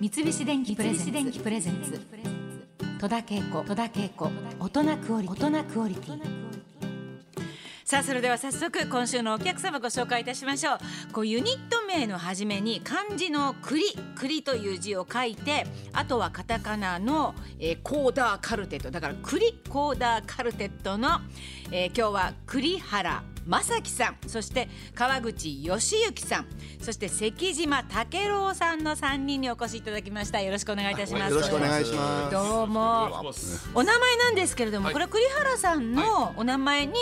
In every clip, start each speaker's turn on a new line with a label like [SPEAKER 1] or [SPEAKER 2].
[SPEAKER 1] 三菱電機プレゼンツ戸田恵子戸田恵子大人クオリティ大人クオリティ
[SPEAKER 2] さあそれでは早速今週のお客様ご紹介いたしましょうこうユニット名の初めに漢字の栗栗という字を書いてあとはカタカナの、えーコーダーカルテットだから栗コーダーカルテットの、えー今日は栗原正樹さんそして川口義行さんそして関島武郎さんの3人にお越しいただきましたよろしくお願いいたします
[SPEAKER 3] よろしくお願いします
[SPEAKER 2] どうもお名前なんですけれども、
[SPEAKER 4] はい
[SPEAKER 2] これは栗原さんのお名前に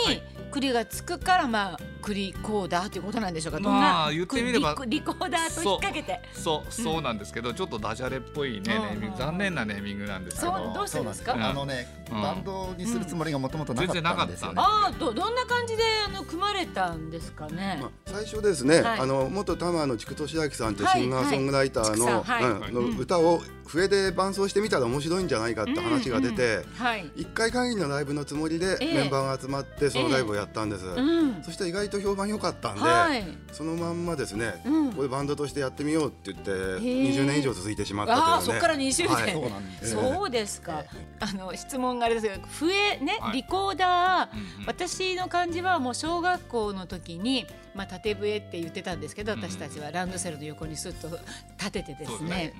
[SPEAKER 2] 栗がつくから、まあ栗コーダーということなんでしょうか。どんな
[SPEAKER 4] まあ言ってみれば
[SPEAKER 2] 栗リコリコーダーと引っ掛けて。
[SPEAKER 4] そうそうなんですけど、ちょっとダジャレっぽ
[SPEAKER 2] う
[SPEAKER 4] いね、
[SPEAKER 2] ん
[SPEAKER 4] ネーミング残念なネーミングなんですけ
[SPEAKER 2] そ
[SPEAKER 4] ど
[SPEAKER 2] うどうしてですか。
[SPEAKER 3] そうなんよあのね、
[SPEAKER 4] うん
[SPEAKER 3] バンドにするつもりがもともとなかったんですよ
[SPEAKER 4] 全然な
[SPEAKER 3] ね。
[SPEAKER 4] か
[SPEAKER 2] ああどどんな感じであの組まれたんですかね。
[SPEAKER 3] まあ最初ですね、
[SPEAKER 2] はい
[SPEAKER 3] あの元タマーの畜敏明さんという
[SPEAKER 2] はい
[SPEAKER 3] シンガーソングライター
[SPEAKER 2] は
[SPEAKER 3] の,、
[SPEAKER 2] い畜さんはい
[SPEAKER 3] うんの歌を笛で伴奏してみたら面白いんじゃないかって話が出て、
[SPEAKER 2] はい。
[SPEAKER 3] 一回限りのライブのつもりで
[SPEAKER 2] ええ
[SPEAKER 3] メンバーが集まってそのライブをやったんです、
[SPEAKER 2] うん。
[SPEAKER 3] そして意外と評判良かったんで、
[SPEAKER 2] はい。
[SPEAKER 3] そのまんまですね、
[SPEAKER 2] うん
[SPEAKER 3] これバンドとしてやってみようって言って
[SPEAKER 2] ー
[SPEAKER 3] 20年以上続いてしまったというね
[SPEAKER 2] ああそっから2周
[SPEAKER 3] はい
[SPEAKER 2] 年
[SPEAKER 3] そう。
[SPEAKER 2] ええそうですか。あの質問があれですけど、笛ね、
[SPEAKER 4] はい
[SPEAKER 2] リコーダー、
[SPEAKER 4] うんうん
[SPEAKER 2] 私の漢字はもう小学校の時に。まあ、縦笛って言ってたんですけど、私たちはランドセルの横にすっと立ててで
[SPEAKER 4] そう
[SPEAKER 2] す
[SPEAKER 4] ですね
[SPEAKER 2] ね。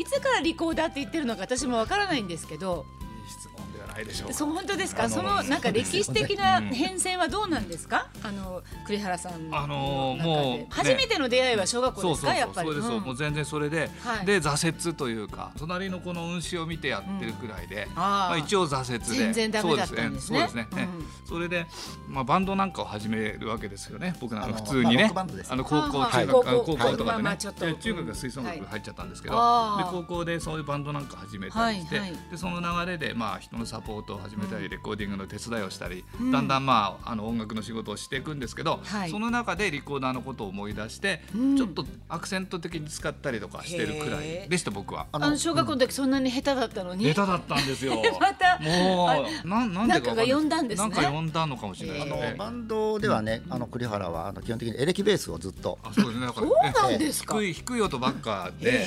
[SPEAKER 2] いつからリコーダーって言ってるのか、私もわからないんですけど。
[SPEAKER 4] いい質問ではないでしょうか
[SPEAKER 2] そう、本当ですか。
[SPEAKER 4] あの
[SPEAKER 2] その、なんか歴史的な変遷はどうなんですか。あの、栗原さんの中で。
[SPEAKER 4] あのーもうね
[SPEAKER 2] 初めての出会いは小学校
[SPEAKER 4] そ
[SPEAKER 2] で
[SPEAKER 4] う
[SPEAKER 2] す
[SPEAKER 4] そう
[SPEAKER 2] か、や
[SPEAKER 4] そ
[SPEAKER 2] っ
[SPEAKER 4] う
[SPEAKER 2] ぱり。
[SPEAKER 4] そうです、
[SPEAKER 2] うん
[SPEAKER 4] もう全然それで、
[SPEAKER 2] はい
[SPEAKER 4] で挫折というか隣のこの運指を見てやってるくらいで、
[SPEAKER 2] あ
[SPEAKER 4] ま
[SPEAKER 2] あ
[SPEAKER 4] あ、一応挫折で
[SPEAKER 2] 全然ダメだったんですね
[SPEAKER 4] そうですねそうですね
[SPEAKER 2] うん
[SPEAKER 4] それで、まあ、バンドなんかを始めるわけですよね僕なんか
[SPEAKER 3] あの
[SPEAKER 4] 普通に
[SPEAKER 3] まあロッ
[SPEAKER 4] ね
[SPEAKER 3] クバンドです
[SPEAKER 4] あの高校
[SPEAKER 2] はいはい
[SPEAKER 4] 中学
[SPEAKER 2] はい
[SPEAKER 4] あ高校と
[SPEAKER 2] ま
[SPEAKER 4] か
[SPEAKER 2] あ
[SPEAKER 4] で
[SPEAKER 2] まあ
[SPEAKER 4] ね
[SPEAKER 2] ちょっと
[SPEAKER 4] で中学
[SPEAKER 2] うん
[SPEAKER 4] は吹奏楽部入っちゃったんですけど、
[SPEAKER 2] ああ
[SPEAKER 4] で高校でそういうバンドなんか始めたりして、
[SPEAKER 2] はいはい
[SPEAKER 4] でその流れで、まあ、人のサポートを始めたり、レコーディングの手伝いをしたり、だんだん、まあ、あの音楽の仕事をしていくんですけど、
[SPEAKER 2] はい
[SPEAKER 4] その中でリコーダーのことを思い出して、
[SPEAKER 2] ん
[SPEAKER 4] ちょっとアクセント的に使ったりとかしてるくら
[SPEAKER 2] へえ
[SPEAKER 4] いでした僕は。
[SPEAKER 3] あ
[SPEAKER 2] あの小学校の時そんなに下手だったのに。。
[SPEAKER 4] ネタだったん ですよ
[SPEAKER 2] また
[SPEAKER 4] もうなんなん
[SPEAKER 2] なん
[SPEAKER 4] でかわか
[SPEAKER 2] かが
[SPEAKER 4] ない
[SPEAKER 2] 呼んだんですね
[SPEAKER 4] なんか呼んだのかもしれない
[SPEAKER 3] あ
[SPEAKER 4] ですね
[SPEAKER 3] の。バンドではね、あの栗原はあの基本的にエレキベースをずっと
[SPEAKER 4] あそうですね。だから
[SPEAKER 2] そうなんですか
[SPEAKER 4] 低い低い音ばっかで、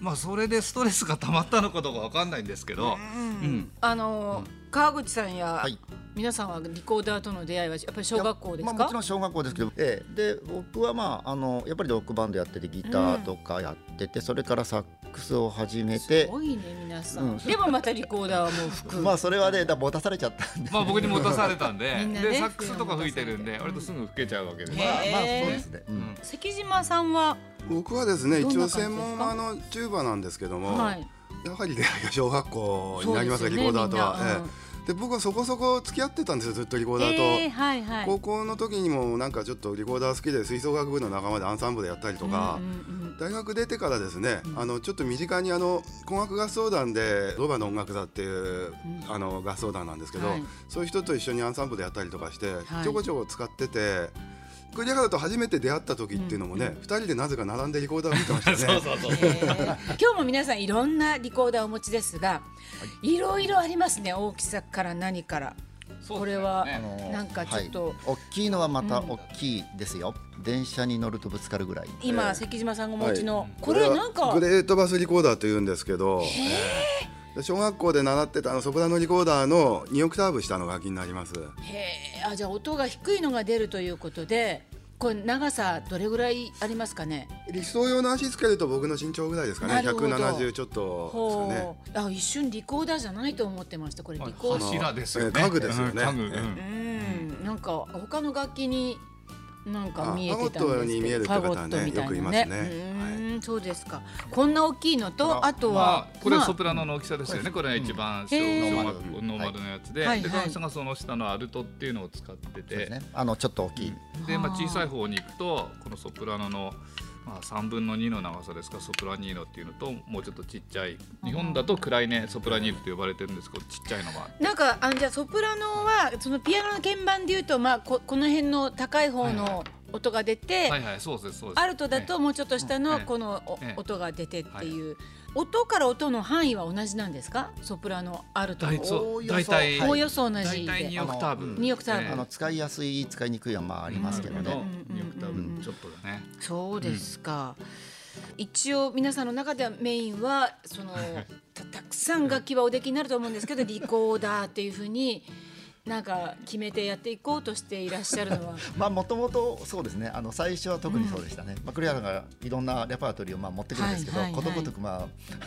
[SPEAKER 4] まあそれでストレスが溜まったのかどうかわかんないんですけど、うん
[SPEAKER 2] あのー川口さんや、
[SPEAKER 3] はい
[SPEAKER 2] 皆さんはリコーダーとの出会いはやっぱり小学校です
[SPEAKER 3] いやまあ、も
[SPEAKER 2] か
[SPEAKER 3] ちろ。ん小学校ですけど、ええ、で僕はまああのやっぱりロックバンドやっててギターとかやってて、それからサックスを始め
[SPEAKER 2] す
[SPEAKER 3] て
[SPEAKER 2] ごいね皆さん,、
[SPEAKER 3] うん
[SPEAKER 2] でもまたリコーダーはもう服。
[SPEAKER 3] まあそれはねだから持たされちゃったんで、
[SPEAKER 4] まあ僕に持たされた んで、
[SPEAKER 2] みんなね
[SPEAKER 4] でサックスとか吹いてるん
[SPEAKER 2] う
[SPEAKER 4] で、
[SPEAKER 2] ん
[SPEAKER 4] 割とすぐ吹けちゃうわけです。
[SPEAKER 2] へえ
[SPEAKER 3] まあそうですね、うん
[SPEAKER 4] うん
[SPEAKER 2] 関島さんは、
[SPEAKER 5] 僕はですね
[SPEAKER 2] どん
[SPEAKER 5] 一
[SPEAKER 2] な感
[SPEAKER 5] 応
[SPEAKER 2] じですか
[SPEAKER 5] 専門はあのチューバなんですけども、
[SPEAKER 2] はい。
[SPEAKER 5] やはり出会いが小学校になります
[SPEAKER 2] そ
[SPEAKER 5] が
[SPEAKER 2] うで
[SPEAKER 5] リ
[SPEAKER 2] す
[SPEAKER 5] コ
[SPEAKER 2] よね
[SPEAKER 5] ーダーとは、
[SPEAKER 2] みんな
[SPEAKER 5] え
[SPEAKER 2] うん
[SPEAKER 5] えで僕はそこそこ付き合ってたんですよずっとリコーダーと、
[SPEAKER 2] えー、はいはい。
[SPEAKER 5] 高校の時にもなんかちょっとリコーダー好きで吹奏楽部の仲間でアンサンブルやったりとか、
[SPEAKER 2] うんうん
[SPEAKER 5] 大学出てからですね、あのちょっと身近にあの工学合奏団でロバの音楽座っていう、あの合奏団なんですけど、
[SPEAKER 2] はい
[SPEAKER 5] そういう人と一緒にアンサンブルやったりとかして、
[SPEAKER 2] はい
[SPEAKER 5] ちょこちょこ使ってて。クリアガーと初めて出会った時っていうのもね、二人でなぜか並んでリコーダーを見てましたね。
[SPEAKER 4] そうそうそう。
[SPEAKER 2] えー今日も皆さんいろんなリコーダーをお持ちですが、いろいろありますね大きさから何から。これは
[SPEAKER 4] そうですね
[SPEAKER 3] あの
[SPEAKER 2] なんかちょっと
[SPEAKER 3] はい大きいのはまた大きいですよ、電車に乗るとぶつかるぐらい
[SPEAKER 2] 今、関島さんがお持ちの、これ
[SPEAKER 5] は
[SPEAKER 2] なんか
[SPEAKER 5] グレートバスリコーダーというんですけど、えーで小学校で習ってたあのソプラノリコーダーの2オクターブ下の楽器になります
[SPEAKER 2] へえあじゃあ音が低いのが出るということでこれ長さどれぐらいありますかね
[SPEAKER 5] 理想用の足つけると僕の身長ぐらいですかね
[SPEAKER 2] なるほど
[SPEAKER 5] 170ちょっとですか
[SPEAKER 2] ほ
[SPEAKER 5] ね
[SPEAKER 2] うあ一瞬リコーダーじゃないと思ってましたこれリコーダー
[SPEAKER 4] 柱ですよね。
[SPEAKER 5] えー家具ですよね
[SPEAKER 4] うん家具。う
[SPEAKER 5] えー
[SPEAKER 4] ん
[SPEAKER 2] うんなんか他の楽器になんか見えてたんですけど
[SPEAKER 5] あファゴットに見えるって方ね
[SPEAKER 2] ファゴットみた
[SPEAKER 5] よくい
[SPEAKER 2] な
[SPEAKER 5] ま
[SPEAKER 2] ね
[SPEAKER 5] すねは
[SPEAKER 2] うんそうですかこんな大きいのとあと
[SPEAKER 4] ま
[SPEAKER 2] は
[SPEAKER 4] あ、これは
[SPEAKER 2] まあ
[SPEAKER 4] ソプラノの大きさですよね、これは一番小
[SPEAKER 2] へー
[SPEAKER 4] 小学校ノーマルのやつで、
[SPEAKER 2] はい
[SPEAKER 4] で
[SPEAKER 2] はい
[SPEAKER 4] 川口さんがその下のアルトっていうのを使って
[SPEAKER 3] そうで
[SPEAKER 4] て、
[SPEAKER 3] すねあのちょっと大きい、
[SPEAKER 4] で、まあ、
[SPEAKER 2] はあ
[SPEAKER 4] 小さい方に行くとこのソプラノの、まあ、3分の2の長さですかソプラニーノっていうのともうちょっとちっちゃい日本だとクライネソプラニーノって呼ばれてるんですけどちっちゃいのが
[SPEAKER 2] なんかあじゃあソプラノはそのピアノの鍵盤でいうと、まあ、ここの辺の高い方
[SPEAKER 4] はい
[SPEAKER 2] の
[SPEAKER 4] は
[SPEAKER 2] 音が出て、
[SPEAKER 4] はいはいそうですそうです
[SPEAKER 2] アルトだともうちょっと下の
[SPEAKER 4] ええ
[SPEAKER 2] このお
[SPEAKER 4] ええ
[SPEAKER 2] 音が出てっていう音から音の範囲は同じなんですかソプラノアルト
[SPEAKER 4] 大
[SPEAKER 2] の
[SPEAKER 4] そ
[SPEAKER 3] おお
[SPEAKER 4] う
[SPEAKER 3] よそ
[SPEAKER 4] 大体
[SPEAKER 2] おお
[SPEAKER 4] 大
[SPEAKER 2] よそ同じ
[SPEAKER 4] 体
[SPEAKER 2] で
[SPEAKER 4] 2オクターブ
[SPEAKER 3] あの
[SPEAKER 2] 2オクターブ
[SPEAKER 3] あの使いやすい使いにくいはまあありますけどね、
[SPEAKER 4] 2オクターブちょっとだね
[SPEAKER 2] そうですか、一応皆さんの中ではメインはそ のたたくさん楽器はおできになると思うんですけどリコーダーっていうふうになんか決めてやっていこうとしていらっしゃる のは。
[SPEAKER 3] まあもともとそうですねあの最初は特にそうでしたね、まあ、クリアさんがいろんなレパートリーをまあ持ってくるんですけど、
[SPEAKER 2] はいはいはい
[SPEAKER 3] ことごとくまあ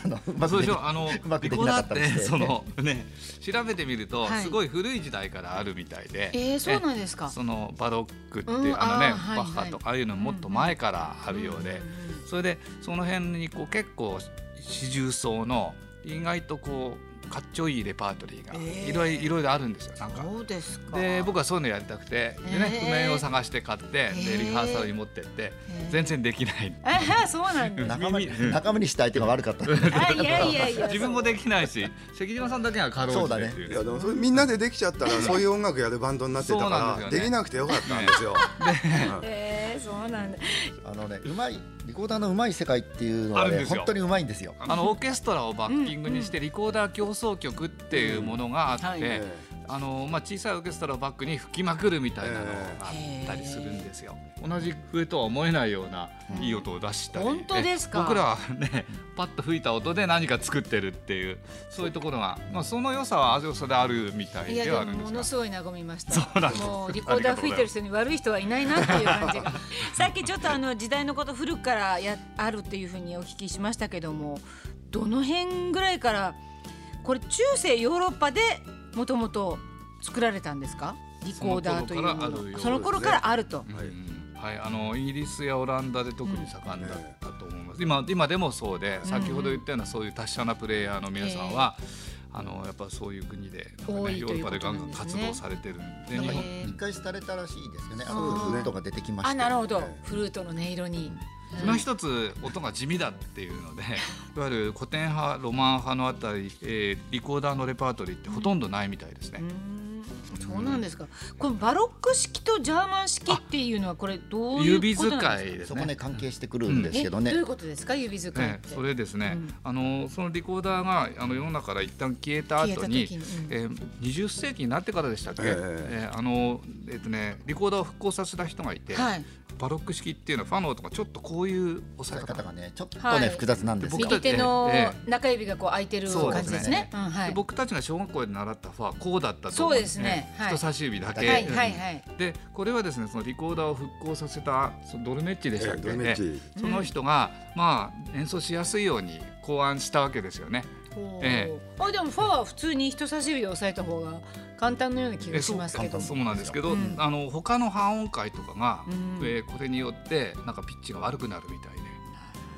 [SPEAKER 3] あのう
[SPEAKER 4] ま
[SPEAKER 3] ま
[SPEAKER 4] あ、そう
[SPEAKER 3] く
[SPEAKER 4] で
[SPEAKER 3] でき
[SPEAKER 4] し ょうあの
[SPEAKER 3] うまく
[SPEAKER 4] リ
[SPEAKER 3] で
[SPEAKER 4] コ
[SPEAKER 3] き
[SPEAKER 4] ー
[SPEAKER 3] なか
[SPEAKER 4] ダ
[SPEAKER 3] った
[SPEAKER 4] ー
[SPEAKER 3] ん
[SPEAKER 4] っ
[SPEAKER 3] で
[SPEAKER 4] て
[SPEAKER 3] す
[SPEAKER 4] そ
[SPEAKER 3] けど
[SPEAKER 4] の ね調べてみると
[SPEAKER 2] はい
[SPEAKER 4] すごい古い時代からあるみたいで、
[SPEAKER 2] えー、そうなんですか。
[SPEAKER 4] そのバロックっていう、
[SPEAKER 2] うん
[SPEAKER 4] あのね
[SPEAKER 2] あーはい
[SPEAKER 4] バッハと
[SPEAKER 2] はい
[SPEAKER 4] ああいうのもっと前からあるよう
[SPEAKER 2] ん
[SPEAKER 4] で、
[SPEAKER 2] んん
[SPEAKER 4] それでその辺にこう結構四重奏の意外とこうかっちょいいレパートリーが
[SPEAKER 2] えー
[SPEAKER 4] いろいろいろいろあるんですよなんか。
[SPEAKER 2] そうですか。
[SPEAKER 4] で僕はそういうのやりたくてでね
[SPEAKER 2] えー
[SPEAKER 4] 譜面を探して買って
[SPEAKER 2] え
[SPEAKER 4] で
[SPEAKER 2] ー
[SPEAKER 4] リハーサルに持ってって
[SPEAKER 2] えー
[SPEAKER 4] 全然できない
[SPEAKER 2] えー、 そうなん だ。
[SPEAKER 3] 仲間に 仲間にした相手が悪かった
[SPEAKER 2] あいやいやいや。
[SPEAKER 4] 自分もできな いし関島さんだけがかろうじてっていう
[SPEAKER 5] い
[SPEAKER 4] ね
[SPEAKER 5] やでもそれみんなでできちゃったらそういう音楽やるバンドになってた
[SPEAKER 4] そうなんです
[SPEAKER 5] から
[SPEAKER 4] よ
[SPEAKER 5] で
[SPEAKER 4] ね
[SPEAKER 5] きなくてよかったんですよ。うん
[SPEAKER 2] えー、そうなんだ。
[SPEAKER 3] あのねうまいリコーダーのうまい世界っていうのは
[SPEAKER 4] あるん
[SPEAKER 3] ね
[SPEAKER 4] ですよ
[SPEAKER 3] 本当にうまいんですよ
[SPEAKER 4] あのオーケストラをバッキングにしてリコーダー競争曲っていうものがあ
[SPEAKER 2] うんは
[SPEAKER 4] っ
[SPEAKER 2] い
[SPEAKER 4] て
[SPEAKER 5] え
[SPEAKER 4] あの、まあ、小さいオーケストラをバックに吹きまくるみたいなのがあったりするんですよ。同じ笛とは思えないようないい音を出したり、
[SPEAKER 2] 本当ですか
[SPEAKER 4] 僕らはねパッと吹いた音で何か作ってるっていうそういうところが、まあ、その良さはあそそれあるみたい
[SPEAKER 2] いや
[SPEAKER 4] で
[SPEAKER 2] で
[SPEAKER 4] はあ
[SPEAKER 2] も
[SPEAKER 4] るん
[SPEAKER 2] も
[SPEAKER 4] で
[SPEAKER 2] の
[SPEAKER 4] す
[SPEAKER 2] すごい和みました。
[SPEAKER 4] そうなんです
[SPEAKER 2] もうリコーダー吹いてる人に悪い人はいないなっていう感じが。 さっきちょっとあの時代のこと古くからやあるっていうふうにお聞きしましたけども、どの辺ぐらいからこれ中世ヨーロッパでもともと作られたんですか？リコーダーというも
[SPEAKER 4] その頃からあるようです
[SPEAKER 2] の。その頃
[SPEAKER 4] ね
[SPEAKER 2] からあると。
[SPEAKER 4] が。うんはい、あのイギリスやオランダで特に盛んだったと思います、今今でもそうで先ほど言ったようなそういう達者なプレイヤーの皆さんは、あのやっぱそういう国でなんかね
[SPEAKER 2] 多い
[SPEAKER 4] ヨ
[SPEAKER 2] と
[SPEAKER 4] ーロ
[SPEAKER 2] いう
[SPEAKER 4] ッパ
[SPEAKER 2] こ
[SPEAKER 4] で
[SPEAKER 2] と
[SPEAKER 4] ガン
[SPEAKER 2] な
[SPEAKER 4] ガ
[SPEAKER 2] ん
[SPEAKER 4] ン
[SPEAKER 2] ですね
[SPEAKER 4] 活動されてるんで
[SPEAKER 3] なん
[SPEAKER 4] 日
[SPEAKER 3] か
[SPEAKER 4] 本
[SPEAKER 2] へー
[SPEAKER 3] 一回廃れたらしいですよねあ
[SPEAKER 2] そう
[SPEAKER 3] の
[SPEAKER 2] ですね
[SPEAKER 3] フルートが出てきまし
[SPEAKER 2] あ、
[SPEAKER 3] て
[SPEAKER 2] なるほど。フルートの音色に。
[SPEAKER 4] その一つ音が地味だっていう のでいわゆる古典派ロマン派のあたり、えーリコーダーのレパートリーってほとんどないみたいですね。
[SPEAKER 2] うーんそうなんですか。このバロック式とジャーマン式っていうのはこれどういう
[SPEAKER 4] 指
[SPEAKER 2] こと
[SPEAKER 4] 使
[SPEAKER 2] なんですか？
[SPEAKER 4] いです
[SPEAKER 3] そこね
[SPEAKER 4] ね。
[SPEAKER 3] 関係してくるんですけどね、
[SPEAKER 2] えどういうことですか指使いって、
[SPEAKER 4] ね、それですね、
[SPEAKER 2] うん
[SPEAKER 4] あのそのリコーダーがあの世の中から一旦消えた
[SPEAKER 2] 消えた
[SPEAKER 4] 後に
[SPEAKER 2] 時にうん
[SPEAKER 4] えー20世紀になってからでしたっけ、
[SPEAKER 5] え
[SPEAKER 4] え
[SPEAKER 5] え
[SPEAKER 4] ーあのえっとね、リコーダーを復興させた人がいて、
[SPEAKER 2] はい
[SPEAKER 4] バロック式っていうのはファの音がちょっとこういう
[SPEAKER 3] 使い
[SPEAKER 4] 押さえ方
[SPEAKER 3] 方
[SPEAKER 4] が
[SPEAKER 3] がねちょっとね、
[SPEAKER 2] はい
[SPEAKER 3] 複雑なんです
[SPEAKER 4] 僕
[SPEAKER 3] よ
[SPEAKER 4] たち
[SPEAKER 2] 右手の
[SPEAKER 4] え
[SPEAKER 2] 中指がこう開いてる
[SPEAKER 4] そう
[SPEAKER 2] 感じですね。うんは
[SPEAKER 4] で
[SPEAKER 2] い。
[SPEAKER 4] 僕たちが小学校で習ったファはこうだったと思うんです
[SPEAKER 2] そう
[SPEAKER 4] ね
[SPEAKER 2] ですねはい
[SPEAKER 4] 人差し指だけ、
[SPEAKER 2] はいはいはい。
[SPEAKER 4] でこれはですねそのリコーダーを復興させたそのドルメッチでしたっ
[SPEAKER 5] え
[SPEAKER 4] け、
[SPEAKER 5] ドルメッ
[SPEAKER 4] ね
[SPEAKER 5] チ
[SPEAKER 4] その人が、まあ、演奏しやすいように考案したわけですよね。
[SPEAKER 2] ほう
[SPEAKER 4] え
[SPEAKER 2] あでもファは普通に人差し指で押さえた方が簡単のような気
[SPEAKER 4] え
[SPEAKER 2] がし
[SPEAKER 4] そう
[SPEAKER 2] ますけど。
[SPEAKER 4] そうなんですけど、
[SPEAKER 2] うん
[SPEAKER 4] あの他の半音階とかが、
[SPEAKER 2] うん
[SPEAKER 4] えーこれによってなんかピッチが悪くなるみたいで、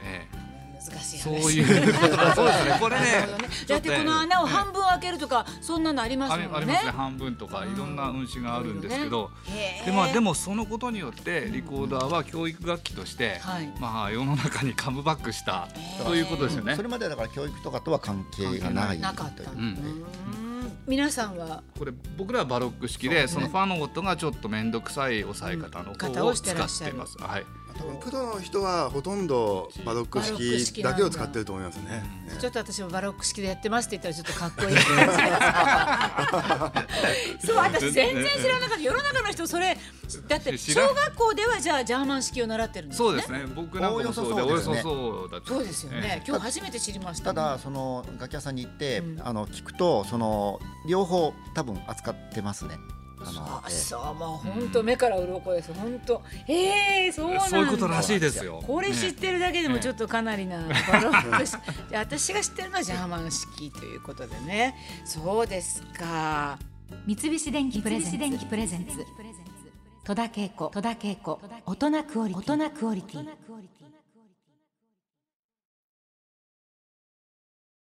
[SPEAKER 4] ええ
[SPEAKER 2] 難しい話。
[SPEAKER 4] そういうことがそうですねこれね
[SPEAKER 2] なるほどね
[SPEAKER 4] ち
[SPEAKER 2] だ
[SPEAKER 4] ょ
[SPEAKER 2] っ
[SPEAKER 4] と
[SPEAKER 2] てこの穴を半分開けるとかそんなのあります
[SPEAKER 4] あり
[SPEAKER 2] も
[SPEAKER 4] あり
[SPEAKER 2] ん
[SPEAKER 4] ますね
[SPEAKER 2] ね。
[SPEAKER 4] 半分とかいろんな運指があるんですけど、
[SPEAKER 2] へー
[SPEAKER 4] でまあ、でもそのことによってリコーダーは教育楽器として、
[SPEAKER 2] はい
[SPEAKER 4] まあ、世の中にカムバックしたということですよね。
[SPEAKER 3] それまではだから教育とかとは関係がない
[SPEAKER 2] なかった。う
[SPEAKER 3] というん
[SPEAKER 2] 皆さんは
[SPEAKER 4] これ僕らはバロック式でそのファの音がちょっと面倒くさい押さえ方の
[SPEAKER 2] うん方
[SPEAKER 4] 方
[SPEAKER 2] を
[SPEAKER 4] を
[SPEAKER 2] し
[SPEAKER 4] 使
[SPEAKER 2] てらっしゃ
[SPEAKER 4] っ
[SPEAKER 2] る
[SPEAKER 4] てます。はい。
[SPEAKER 5] 多分プロの人はほとんどバロック
[SPEAKER 2] バロック式
[SPEAKER 5] 式
[SPEAKER 2] なんだ
[SPEAKER 5] だけを使ってると思いますね。
[SPEAKER 2] ちょっと私もバロック式でやってますって言ったらちょっとかっこいい感じ そう私全然知らなかった世の中の人それだって
[SPEAKER 4] 知
[SPEAKER 2] 小
[SPEAKER 4] らん
[SPEAKER 2] 学校ではじゃあジャーマン式を習ってるんですね
[SPEAKER 4] そうですね。僕なんかもそうで、
[SPEAKER 3] お
[SPEAKER 4] お
[SPEAKER 3] お
[SPEAKER 4] よ
[SPEAKER 3] よそそう
[SPEAKER 4] そ
[SPEAKER 3] ですね
[SPEAKER 4] そうだった。
[SPEAKER 2] そうですよね
[SPEAKER 4] え
[SPEAKER 2] 今日初めて知りました
[SPEAKER 3] ただその楽器屋さんに行って、
[SPEAKER 2] うん
[SPEAKER 3] あの聞くとその両方多分扱ってますね。あの
[SPEAKER 2] あ
[SPEAKER 3] えー
[SPEAKER 2] そうもう本当目から鱗です本当ええそう
[SPEAKER 4] え。
[SPEAKER 2] なんだ
[SPEAKER 4] そういうことらしいですよ。
[SPEAKER 2] これ知っ
[SPEAKER 4] ね
[SPEAKER 2] てるだけでもちょっとかなり なバロック式じゃあ私が知ってるのはジャーマン式ということでねそうですか
[SPEAKER 1] 三菱電機プレゼンツ戸田恵子大人クオリティ